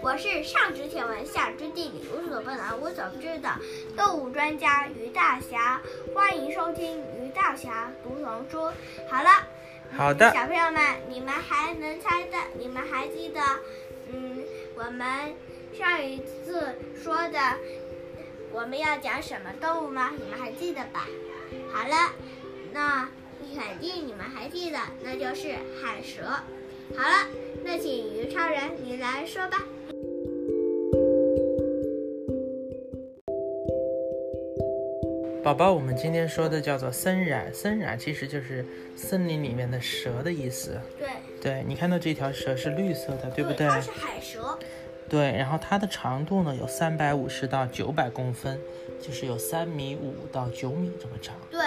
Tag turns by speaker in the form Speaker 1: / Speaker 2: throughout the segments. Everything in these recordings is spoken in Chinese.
Speaker 1: 我是上知天文，下知地理，无所不能，无所不知的动物专家于大侠。欢迎收听于大侠读童书。好了，
Speaker 2: 好的，
Speaker 1: 小朋友们，你们还能猜的，你们还记得，嗯，我们上一次说的我们要讲什么动物吗？你们还记得吧？好了，那肯定你们还记得，那就是海蛇。好了，那请于超人你来说吧。
Speaker 2: 宝宝，我们今天说的叫做森蚺，森蚺其实就是森林里面的蛇的意思。
Speaker 1: 对，
Speaker 2: 对你看到这条蛇是绿色的，对不对？
Speaker 1: 它是海蛇，
Speaker 2: 对，然后它的长度呢有三百五十到九百公分，就是有三米五到九米这么长。
Speaker 1: 对，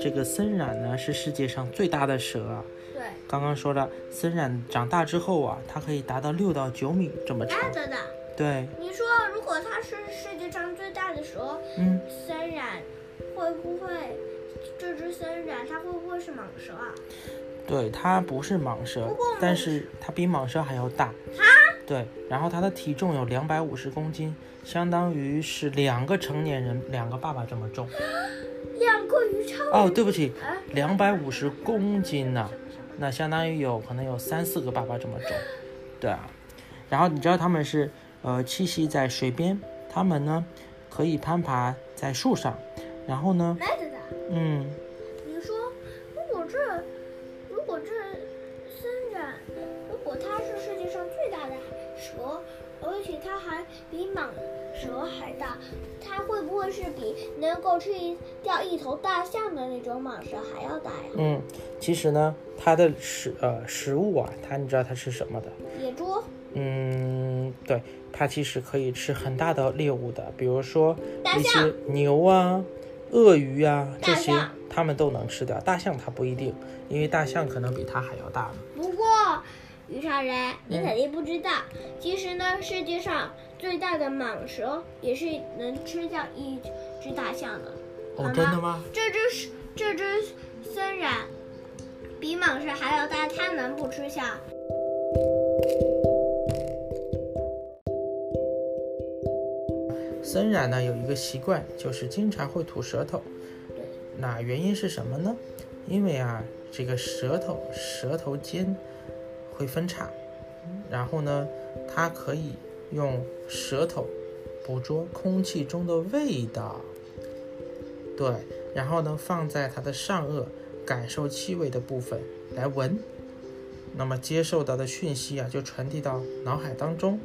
Speaker 2: 这个森蚺呢是世界上最大的蛇啊，
Speaker 1: 对，
Speaker 2: 刚刚说了，森蚺长大之后啊，它可以达到六到九米这么长
Speaker 1: 大。的呢。
Speaker 2: 对，
Speaker 1: 你说，如果它是世界上最大的蛇，
Speaker 2: 嗯，
Speaker 1: 森蚺会不会？这只森蚺它会不会是蟒蛇啊？
Speaker 2: 对，它不是蟒蛇
Speaker 1: 不过蟒，啊
Speaker 2: 但是它比蟒蛇还要大。对，然后它的体重有两百五十公斤，相当于是两个成年人两个爸爸这么重。
Speaker 1: 两个鱼超
Speaker 2: 哦，对不起，
Speaker 1: 啊，
Speaker 2: 两百五十公斤呢、
Speaker 1: 什么什么？
Speaker 2: 那相当于有可能有三四个爸爸这么重。对啊，然后你知道它们是呃栖息在水边，它们呢可以攀爬在树上，然后呢，
Speaker 1: 那的的。
Speaker 2: 嗯，
Speaker 1: 你说，如果这，如果这森蚺，如果它是世界上最大的蛇，而且它还比蟒蛇还大，它会不会是比能够吃一掉一头大象的那种蟒蛇还要大呀？
Speaker 2: 嗯，其实呢，它的食呃食物啊，它你知道它吃什么的？
Speaker 1: 野猪，
Speaker 2: 嗯，对，它其实可以吃很大的猎物的，比如说
Speaker 1: 大
Speaker 2: 一
Speaker 1: 象
Speaker 2: 些牛啊、鳄鱼啊这
Speaker 1: 大
Speaker 2: 些
Speaker 1: 象，
Speaker 2: 它们都能吃掉。大象它不一定，因为大象可能比它还要大呢。
Speaker 1: 不过，于超人，你
Speaker 2: 嗯
Speaker 1: 肯定不知道，其实呢，世界上最大的蟒蛇也是能吃掉一只大象的。好
Speaker 2: 哦
Speaker 1: 吗，
Speaker 2: 真的吗？
Speaker 1: 这只是这只森蚺比蟒蛇还要大，它能不吃下？
Speaker 2: 森蚺呢有一个习惯，就是经常会吐舌头。那原因是什么呢？因为啊，这个舌头舌头尖会分叉，然后呢，它可以用舌头捕捉空气中的味道。对，然后呢，放在它的上颚感受气味的部分来闻，那么接受到的讯息啊，就传递到脑海当中，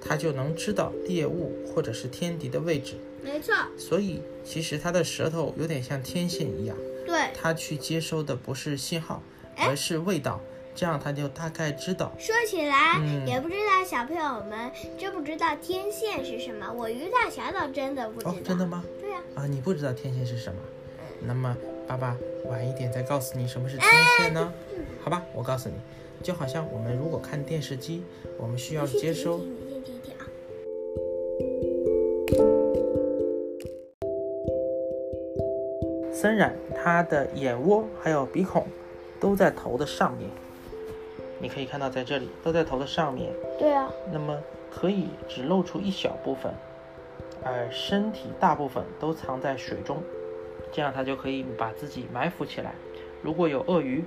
Speaker 2: 它就能知道猎物或者是天敌的位置。
Speaker 1: 没错，
Speaker 2: 所以其实它的舌头有点像天线一样，
Speaker 1: 对。
Speaker 2: 它去接收的不是信号，
Speaker 1: 哎
Speaker 2: 而是味道，这样它就大概知道。
Speaker 1: 说起来，
Speaker 2: 嗯
Speaker 1: 也不知道小朋友们知不知道天线是什么？我于大侠倒真的不知道。
Speaker 2: 哦，真的？吗？
Speaker 1: 对呀、
Speaker 2: 啊，你不知道天线是什么？那么爸爸晚一点再告诉你什么是天线呢？好吧，我告诉你，就好像我们如果看电视机，我们需要
Speaker 1: 你先
Speaker 2: 接
Speaker 1: 停
Speaker 2: 收
Speaker 1: 一。停，你先停一停啊。
Speaker 2: 森蚺它的眼窝还有鼻孔都在头的上面，你可以看到在这里都在头的上面。
Speaker 1: 对啊，
Speaker 2: 那么可以只露出一小部分，而身体大部分都藏在水中，这样它就可以把自己埋伏起来。如果有鳄鱼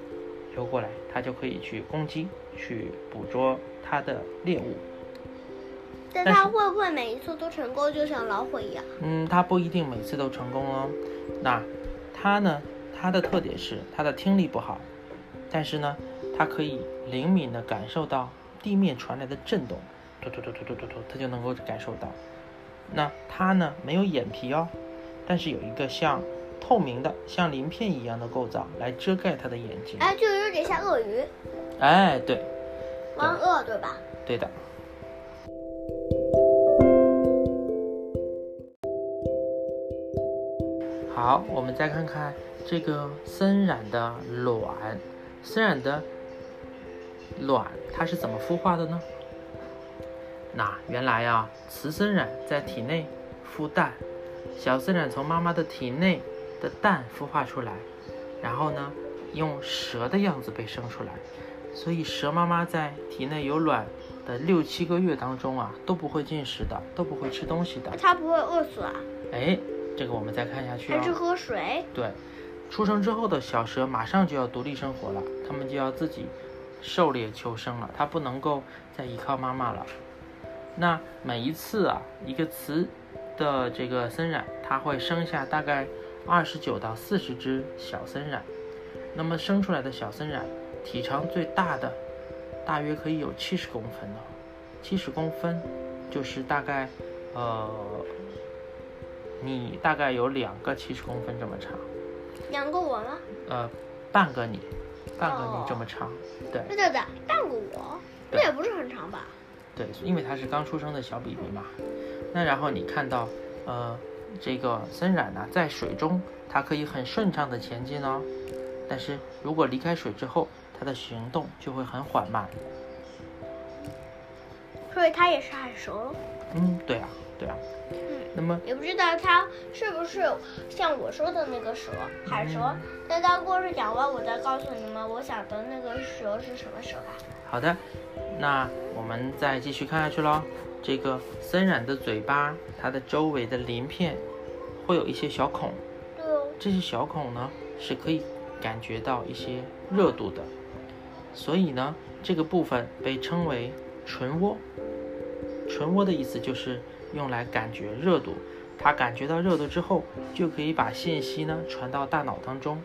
Speaker 2: 游过来，它就可以去攻击，去捕捉它的猎物。
Speaker 1: 但
Speaker 2: 但是
Speaker 1: 它会不会每一次都成功，就像老虎一样？
Speaker 2: 嗯，它不一定每次都成功哦。那它呢？它的特点是它的听力不好，但是呢，它可以灵敏地感受到地面传来的震动，突突突突突突突，它就能够感受到。那它呢，没有眼皮哦，但是有一个像透明的、像鳞片一样的构造来遮盖它的眼睛。
Speaker 1: 哎，就有点像鳄鱼，
Speaker 2: 哎，对，
Speaker 1: 汪鳄对吧？
Speaker 2: 对的。好，我们再看看这个森蚺的卵，森蚺的卵它是怎么孵化的呢？那原来啊，雌森蚺在体内孵蛋，小森蚺从妈妈的体内的蛋孵化出来，然后呢，用蛇的样子被生出来，所以蛇妈妈在体内有卵的六七个月当中啊，都不会进食的，都不会吃东西的。
Speaker 1: 它不会饿死啊？
Speaker 2: 哎，这个我们再看下去啊、
Speaker 1: 它是喝水？
Speaker 2: 对，出生之后的小蛇马上就要独立生活了，它们就要自己狩猎求生了，它不能够再依靠妈妈了。那每一次啊，一个雌的这个森蚺，它会生下大概二十九到四十只小森蚺。那么生出来的小森蚺，体长最大的，大约可以有七十公分哦，七十公分，就是大概，呃，你大概有两个七十公分这么长，
Speaker 1: 养过我吗？
Speaker 2: 呃，半个你，半个你这么长，对
Speaker 1: 对对对，干过我，
Speaker 2: 对
Speaker 1: 那也不是很长吧？
Speaker 2: 对，因为它是刚出生的小 BB 嘛。那然后你看到，呃，这个森蚺呢，在水中它可以很顺畅的前进哦，但是如果离开水之后，它的行动就会很缓慢。
Speaker 1: 所以它也是很熟，
Speaker 2: 嗯，对啊，对啊。那么，
Speaker 1: 也不知道它是不是像我说的那个蛇海
Speaker 2: 嗯
Speaker 1: 蛇。等到故事讲完，我再告诉你们，我想的那个蛇是什么蛇吧？
Speaker 2: 好的，那我们再继续看下去喽。这个森蚺的嘴巴，它的周围的鳞片会有一些小孔，
Speaker 1: 对哦，
Speaker 2: 这些小孔呢是可以感觉到一些热度的，所以呢，这个部分被称为唇窝。唇窝的意思就是用来感觉热度，它感觉到热度之后，就可以把信息呢传到大脑当中。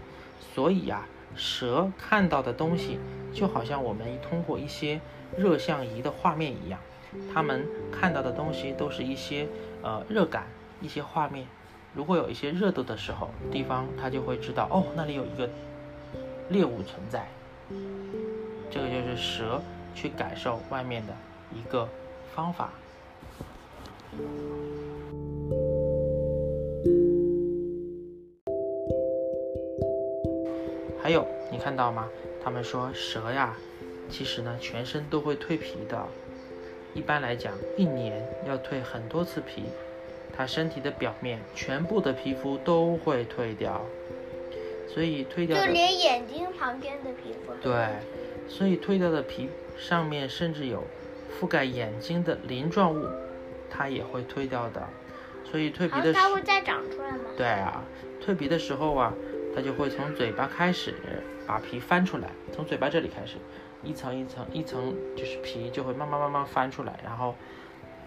Speaker 2: 所以啊，蛇看到的东西就好像我们通过一些热像仪的画面一样，它们看到的东西都是一些呃热感，一些画面。如果有一些热度的时候，地方它就会知道哦，那里有一个猎物存在。这个就是蛇去感受外面的一个方法。还有，你看到吗？他们说蛇呀，其实呢全身都会蜕皮的，一般来讲，一年要蜕很多次皮。它身体的表面全部的皮肤都会蜕掉，所以蜕
Speaker 1: 就
Speaker 2: 掉的
Speaker 1: 连眼睛旁边的皮肤。
Speaker 2: 对，所以蜕掉的皮上面甚至有覆盖眼睛的鳞状物，它也会蜕掉的。所以蜕皮
Speaker 1: 然后
Speaker 2: 的时，
Speaker 1: 啊它会再长出来吗？
Speaker 2: 对啊，蜕皮的时候啊，它就会从嘴巴开始把皮翻出来，从嘴巴这里开始，一层一层一层就是皮就会慢慢慢慢翻出来，然后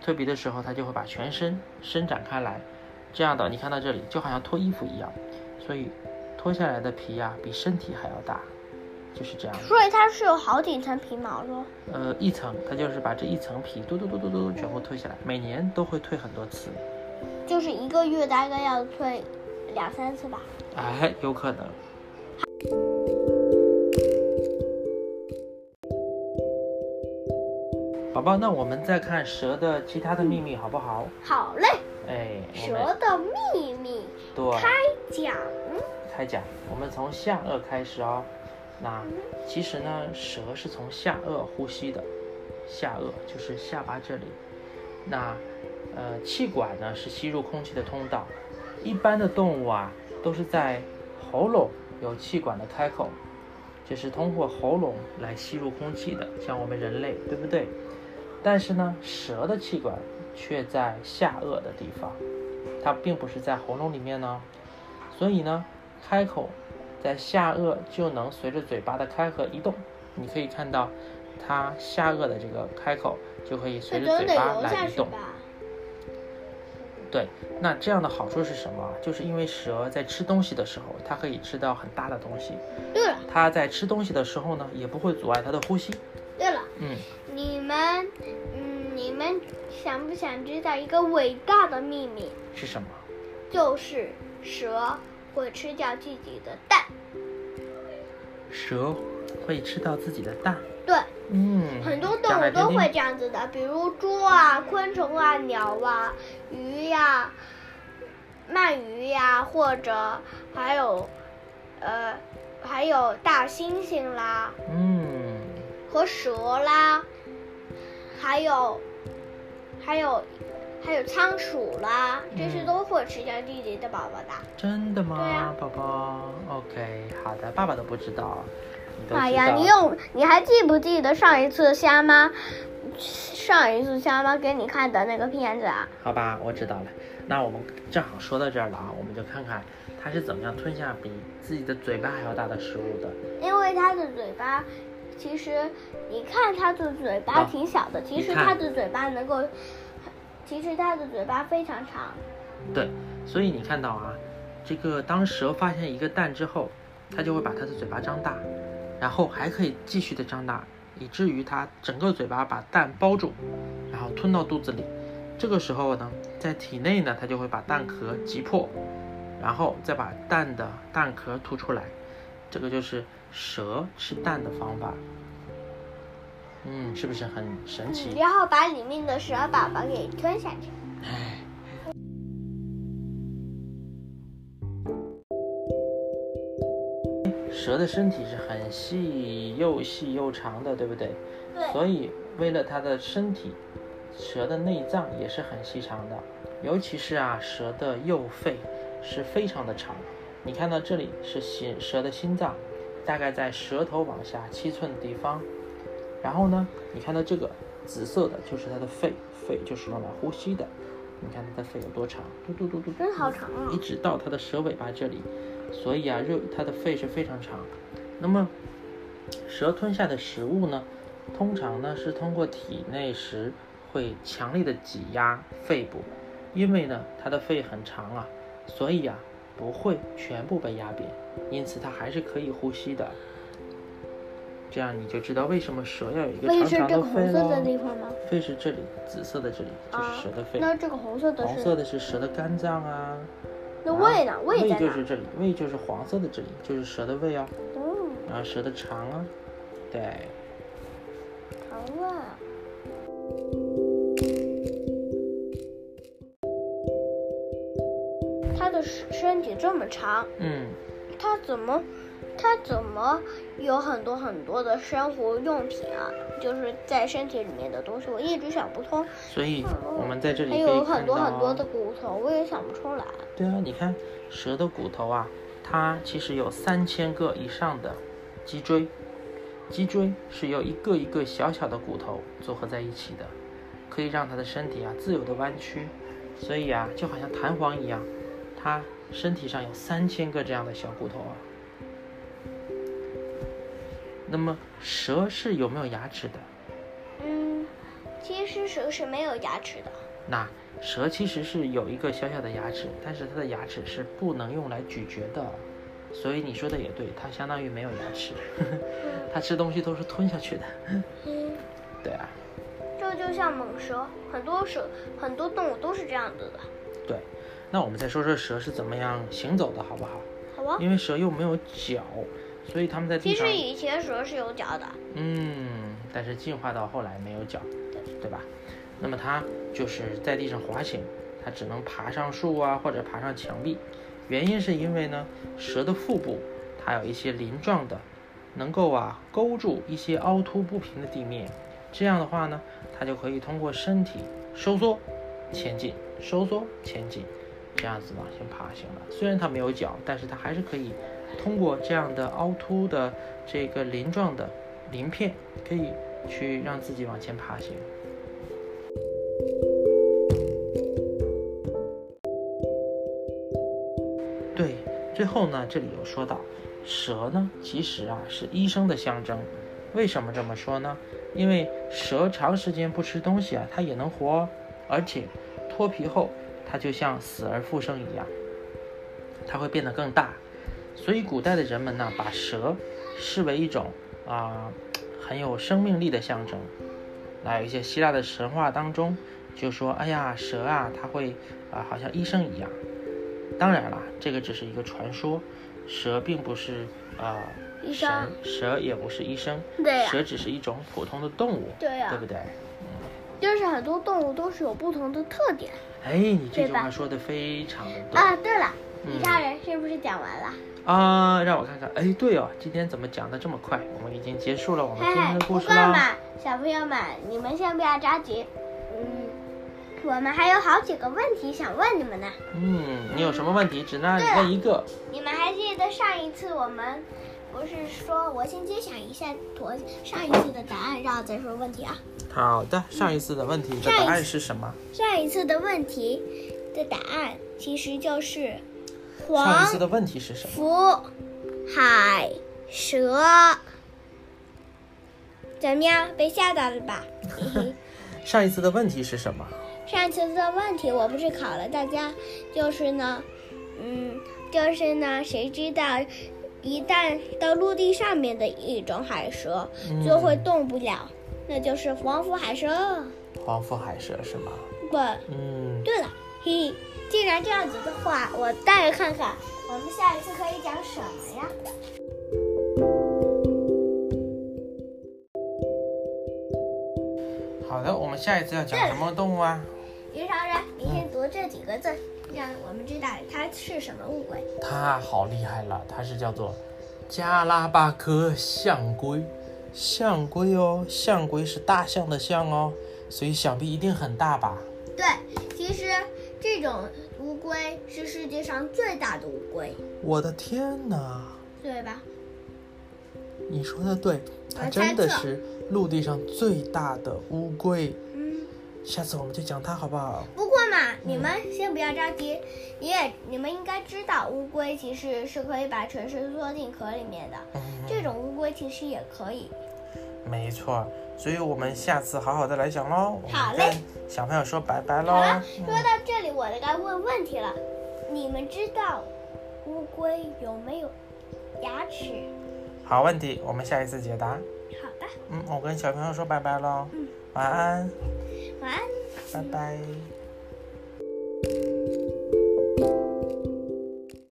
Speaker 2: 蜕皮的时候，它就会把全身伸展开来，这样的你看到这里就好像脱衣服一样，所以脱下来的皮呀、比身体还要大，就是这样。
Speaker 1: 所以它是有好几层皮毛的。哦
Speaker 2: 呃，一层，它就是把这一层皮嘟嘟嘟嘟嘟嘟全部退下来，每年都会退很多次，
Speaker 1: 就是一个月大概要退两三次吧。
Speaker 2: 哎，有可能。宝宝，那我们再看蛇的其他的秘密好不好？
Speaker 1: 好嘞，
Speaker 2: 哎，我们
Speaker 1: 蛇的秘密
Speaker 2: 对，
Speaker 1: 开讲。
Speaker 2: 开讲，我们从下颚开始哦。那其实呢，蛇是从下颚呼吸的，下颚就是下巴这里。那呃，气管呢是吸入空气的通道。一般的动物啊，都是在喉咙有气管的开口，这是通过喉咙来吸入空气的，像我们人类，对不对？但是呢，蛇的气管却在下颚的地方，它并不是在喉咙里面呢、所以呢，开口在下颚就能随着嘴巴的开合移动。你可以看到，它下颚的这个开口就可以随
Speaker 1: 这
Speaker 2: 着
Speaker 1: 真
Speaker 2: 嘴
Speaker 1: 得
Speaker 2: 巴
Speaker 1: 游
Speaker 2: 来
Speaker 1: 下
Speaker 2: 移
Speaker 1: 去
Speaker 2: 动。
Speaker 1: 吧？
Speaker 2: 对，那这样的好处是什么？啊就是因为蛇在吃东西的时候，它可以吃到很大的东西。
Speaker 1: 对了
Speaker 2: 它在吃东西的时候呢，也不会阻碍它的呼吸。
Speaker 1: 对了，
Speaker 2: 嗯，
Speaker 1: 你们，嗯，你们想不想知道一个伟大的秘密？
Speaker 2: 是什么？
Speaker 1: 就是蛇会吃掉自己的蛋。
Speaker 2: 蛇会吃到自己的蛋。
Speaker 1: 对，
Speaker 2: 嗯，
Speaker 1: 很多
Speaker 2: 大
Speaker 1: 动
Speaker 2: 白
Speaker 1: 物都
Speaker 2: 天
Speaker 1: 会
Speaker 2: 天
Speaker 1: 这样子的，比如猪啊、昆虫啊、鸟啊、鱼呀、鳗鱼呀、或者还有，呃，还有大猩猩啦
Speaker 2: 嗯，
Speaker 1: 和蛇啦，还有，还有，还有仓鼠啦，这些
Speaker 2: 嗯
Speaker 1: 都会吃掉弟弟的宝宝的。
Speaker 2: 真的吗，
Speaker 1: 对啊
Speaker 2: 宝宝？OK，好的，爸爸都不知道，你都知道。
Speaker 1: 哎呀，你有你还记不记得上一次虾妈，上一次虾妈给你看的那个片子啊？
Speaker 2: 好吧，我知道了。那我们正好说到这儿了啊，我们就看看它是怎么样吞下比自己的嘴巴还要大的食物的。
Speaker 1: 因为它的嘴巴，其实你看它的嘴巴
Speaker 2: 啊
Speaker 1: 挺小的，其实
Speaker 2: 你看
Speaker 1: 它的嘴巴能够，其实它的嘴巴非常长。
Speaker 2: 对，所以你看到啊，这个当蛇发现一个蛋之后，它就会把它的嘴巴张大，然后还可以继续的张大，以至于它整个嘴巴把蛋包住，然后吞到肚子里。这个时候呢，在体内呢，它就会把蛋壳击破，然后再把蛋的蛋壳吐出来。这个就是蛇吃蛋的方法。嗯，是不是很神奇？
Speaker 1: 然后把里面的蛇宝宝给吞下去。
Speaker 2: 哎蛇的身体是很细又细又长的，对不对？
Speaker 1: 对，
Speaker 2: 所以为了它的身体，蛇的内脏也是很细长的，尤其是啊，蛇的右肺是非常的长。你看到这里是心蛇的心脏，大概在舌头往下七寸的地方。然后呢，你看到这个紫色的就是它的肺，肺就是用来呼吸的。你看它的肺有多长，嘟嘟嘟嘟嘟，
Speaker 1: 真好长啊
Speaker 2: 一！直到它的舌尾巴这里，所以啊，肉它的肺是非常长。那么，蛇吞下的食物呢，通常呢是通过体内时会强力的挤压肺部，因为呢它的肺很长啊，所以啊不会全部被压扁，因此它还是可以呼吸的。这样你就知道为什么蛇要有一个
Speaker 1: 那
Speaker 2: 长
Speaker 1: 是
Speaker 2: 长
Speaker 1: 这
Speaker 2: 的
Speaker 1: 个红
Speaker 2: 肺
Speaker 1: 色的地
Speaker 2: 喽。
Speaker 1: 方吗？
Speaker 2: 肺是这里，紫色的这里就是蛇的肺，
Speaker 1: 那这个红色的
Speaker 2: 红
Speaker 1: 是
Speaker 2: 色的是蛇的肝脏啊。
Speaker 1: 那
Speaker 2: 啊
Speaker 1: 胃呢？
Speaker 2: 胃
Speaker 1: 在
Speaker 2: 就
Speaker 1: 哪
Speaker 2: 是？这里，胃就是黄色的这里，就是蛇的胃啊，
Speaker 1: 嗯，
Speaker 2: 然后蛇的肠啊，对，
Speaker 1: 肠胃啊。它的身体这么长，
Speaker 2: 嗯，
Speaker 1: 它怎么，它怎么有很多很多的生活用品啊？就是在身体里面的东西，我一直想不通。
Speaker 2: 所以我们在这里
Speaker 1: 还
Speaker 2: 可以
Speaker 1: 有
Speaker 2: 看
Speaker 1: 很多
Speaker 2: 到
Speaker 1: 很多
Speaker 2: 啊
Speaker 1: 的骨头，我也想不出来。
Speaker 2: 对啊，你看蛇的骨头啊，它其实有三千个以上的脊椎，脊椎是由一个一个小小的骨头组合在一起的，可以让它的身体啊自由的弯曲，所以啊就好像弹簧一样，它身体上有三千个这样的小骨头啊。那么蛇是有没有牙齿的？
Speaker 1: 嗯，其实蛇是没有牙齿的。
Speaker 2: 那蛇其实是有一个小小的牙齿，但是它的牙齿是不能用来咀嚼的，所以你说的也对，它相当于没有牙齿， 它吃东西都是吞下去的。
Speaker 1: 嗯，
Speaker 2: 对啊，
Speaker 1: 这就像猛蛇，很多蛇很多动物都是这样子的，
Speaker 2: 对。那我们再说说蛇是怎么样行走的，好不好？
Speaker 1: 好吧？
Speaker 2: 因为蛇又没有脚，所以它们在
Speaker 1: 其
Speaker 2: 地上
Speaker 1: 实，以前蛇是有脚的，
Speaker 2: 嗯，但是进化到后来没有脚，对吧？那么它就是在地上滑行，它只能爬上树啊，或者爬上墙壁。原因是因为呢，蛇的腹部它有一些鳞状的，能够啊勾住一些凹凸不平的地面。这样的话呢，它就可以通过身体收缩、前进、收缩、前进，这样子往前爬行了。虽然它没有脚，但是它还是可以通过这样的凹凸的这个鳞状的鳞片，可以去让自己往前爬行。对，最后呢，这里有说到，蛇呢，其实啊是医生的象征。为什么这么说呢？因为蛇长时间不吃东西啊，它也能活哦，而且脱皮后，它就像死而复生一样，它会变得更大。所以古代的人们呢，把蛇视为一种啊、很有生命力的象征。那有一些希腊的神话当中就说，哎呀，蛇啊，它会啊、好像医生一样。当然啦，这个只是一个传说，蛇并不是啊、
Speaker 1: 医
Speaker 2: 神
Speaker 1: 生，
Speaker 2: 蛇也不是医生，
Speaker 1: 对呀
Speaker 2: 蛇只是一种普通的动物，
Speaker 1: 对呀
Speaker 2: 对不对？
Speaker 1: 就是很多动物都是有不同的特点
Speaker 2: 哎，你这
Speaker 1: 对
Speaker 2: 句
Speaker 1: 吧
Speaker 2: 话说的非常的对
Speaker 1: 啊。对了，
Speaker 2: 嗯
Speaker 1: 其他人是不是讲完了？
Speaker 2: 啊！让我看看，哎，对哦，今天怎么讲的这么快？我们已经结束了我们
Speaker 1: 嘿
Speaker 2: 今天
Speaker 1: 嘿，
Speaker 2: 的
Speaker 1: 不
Speaker 2: 故
Speaker 1: 过
Speaker 2: 事啦。
Speaker 1: 嘛，小朋友们，你们先不要着急，嗯，我们还有好几个问题想问你们呢。
Speaker 2: 嗯，你有什么问题只能
Speaker 1: 对啊
Speaker 2: 问一个。
Speaker 1: 你们还记得上一次我们不是说我先揭晓一下我上一次的答案，然后再说问题啊？
Speaker 2: 好的，上一次的问题的
Speaker 1: 上一
Speaker 2: 答
Speaker 1: 次
Speaker 2: 案是什么？
Speaker 1: 上一次的问题的答案其实就是
Speaker 2: 上
Speaker 1: 黄
Speaker 2: 一次的问题是什么？
Speaker 1: 福海蛇，怎么样？被吓到了 吧？嘿嘿
Speaker 2: 上一次的问题是什么？
Speaker 1: 上次的问题我不是考了大家，就是呢，嗯，就是呢，谁知道一旦到陆地上面的一种海蛇
Speaker 2: 嗯
Speaker 1: 就会动不了，那就是黄腹海蛇。
Speaker 2: 黄腹海蛇是吗？
Speaker 1: 不
Speaker 2: 嗯，
Speaker 1: 对了，嘿嘿，既然这样子的话，我带着看看我们下一次可以讲什么呀？
Speaker 2: 好的，我们下一次要讲什么动物啊？
Speaker 1: 于常人，你先读这几个字，让我们知道它是什么乌龟。
Speaker 2: 它好厉害了，它是叫做加拉巴科象龟，象龟哦，象龟是大象的象哦，所以想必一定很大吧？
Speaker 1: 对，其实这种乌龟是世界上最大的乌龟，
Speaker 2: 我的天哪！
Speaker 1: 对吧？
Speaker 2: 你说的对，它
Speaker 1: 我
Speaker 2: 真
Speaker 1: 猜
Speaker 2: 的
Speaker 1: 测
Speaker 2: 是陆地上最大的乌龟。
Speaker 1: 嗯。
Speaker 2: 下次我们就讲它好不好？
Speaker 1: 不过嘛，你们先不要着急，你也你们应该知道，乌龟其实是可以把唇舌缩进壳里面的。这种乌龟其实也可以。
Speaker 2: 没错，所以我们下次好好的来讲喽。我
Speaker 1: 好
Speaker 2: 们
Speaker 1: 嘞
Speaker 2: 跟小朋友说拜拜喽
Speaker 1: 好。了，说到这里，我该问问题了。你们知道乌龟有没有牙齿？
Speaker 2: 好问题，我们下一次解答。
Speaker 1: 好的，
Speaker 2: 嗯，我跟小朋友说拜拜喽。
Speaker 1: 嗯
Speaker 2: 晚安，
Speaker 1: 晚安。
Speaker 2: 拜拜。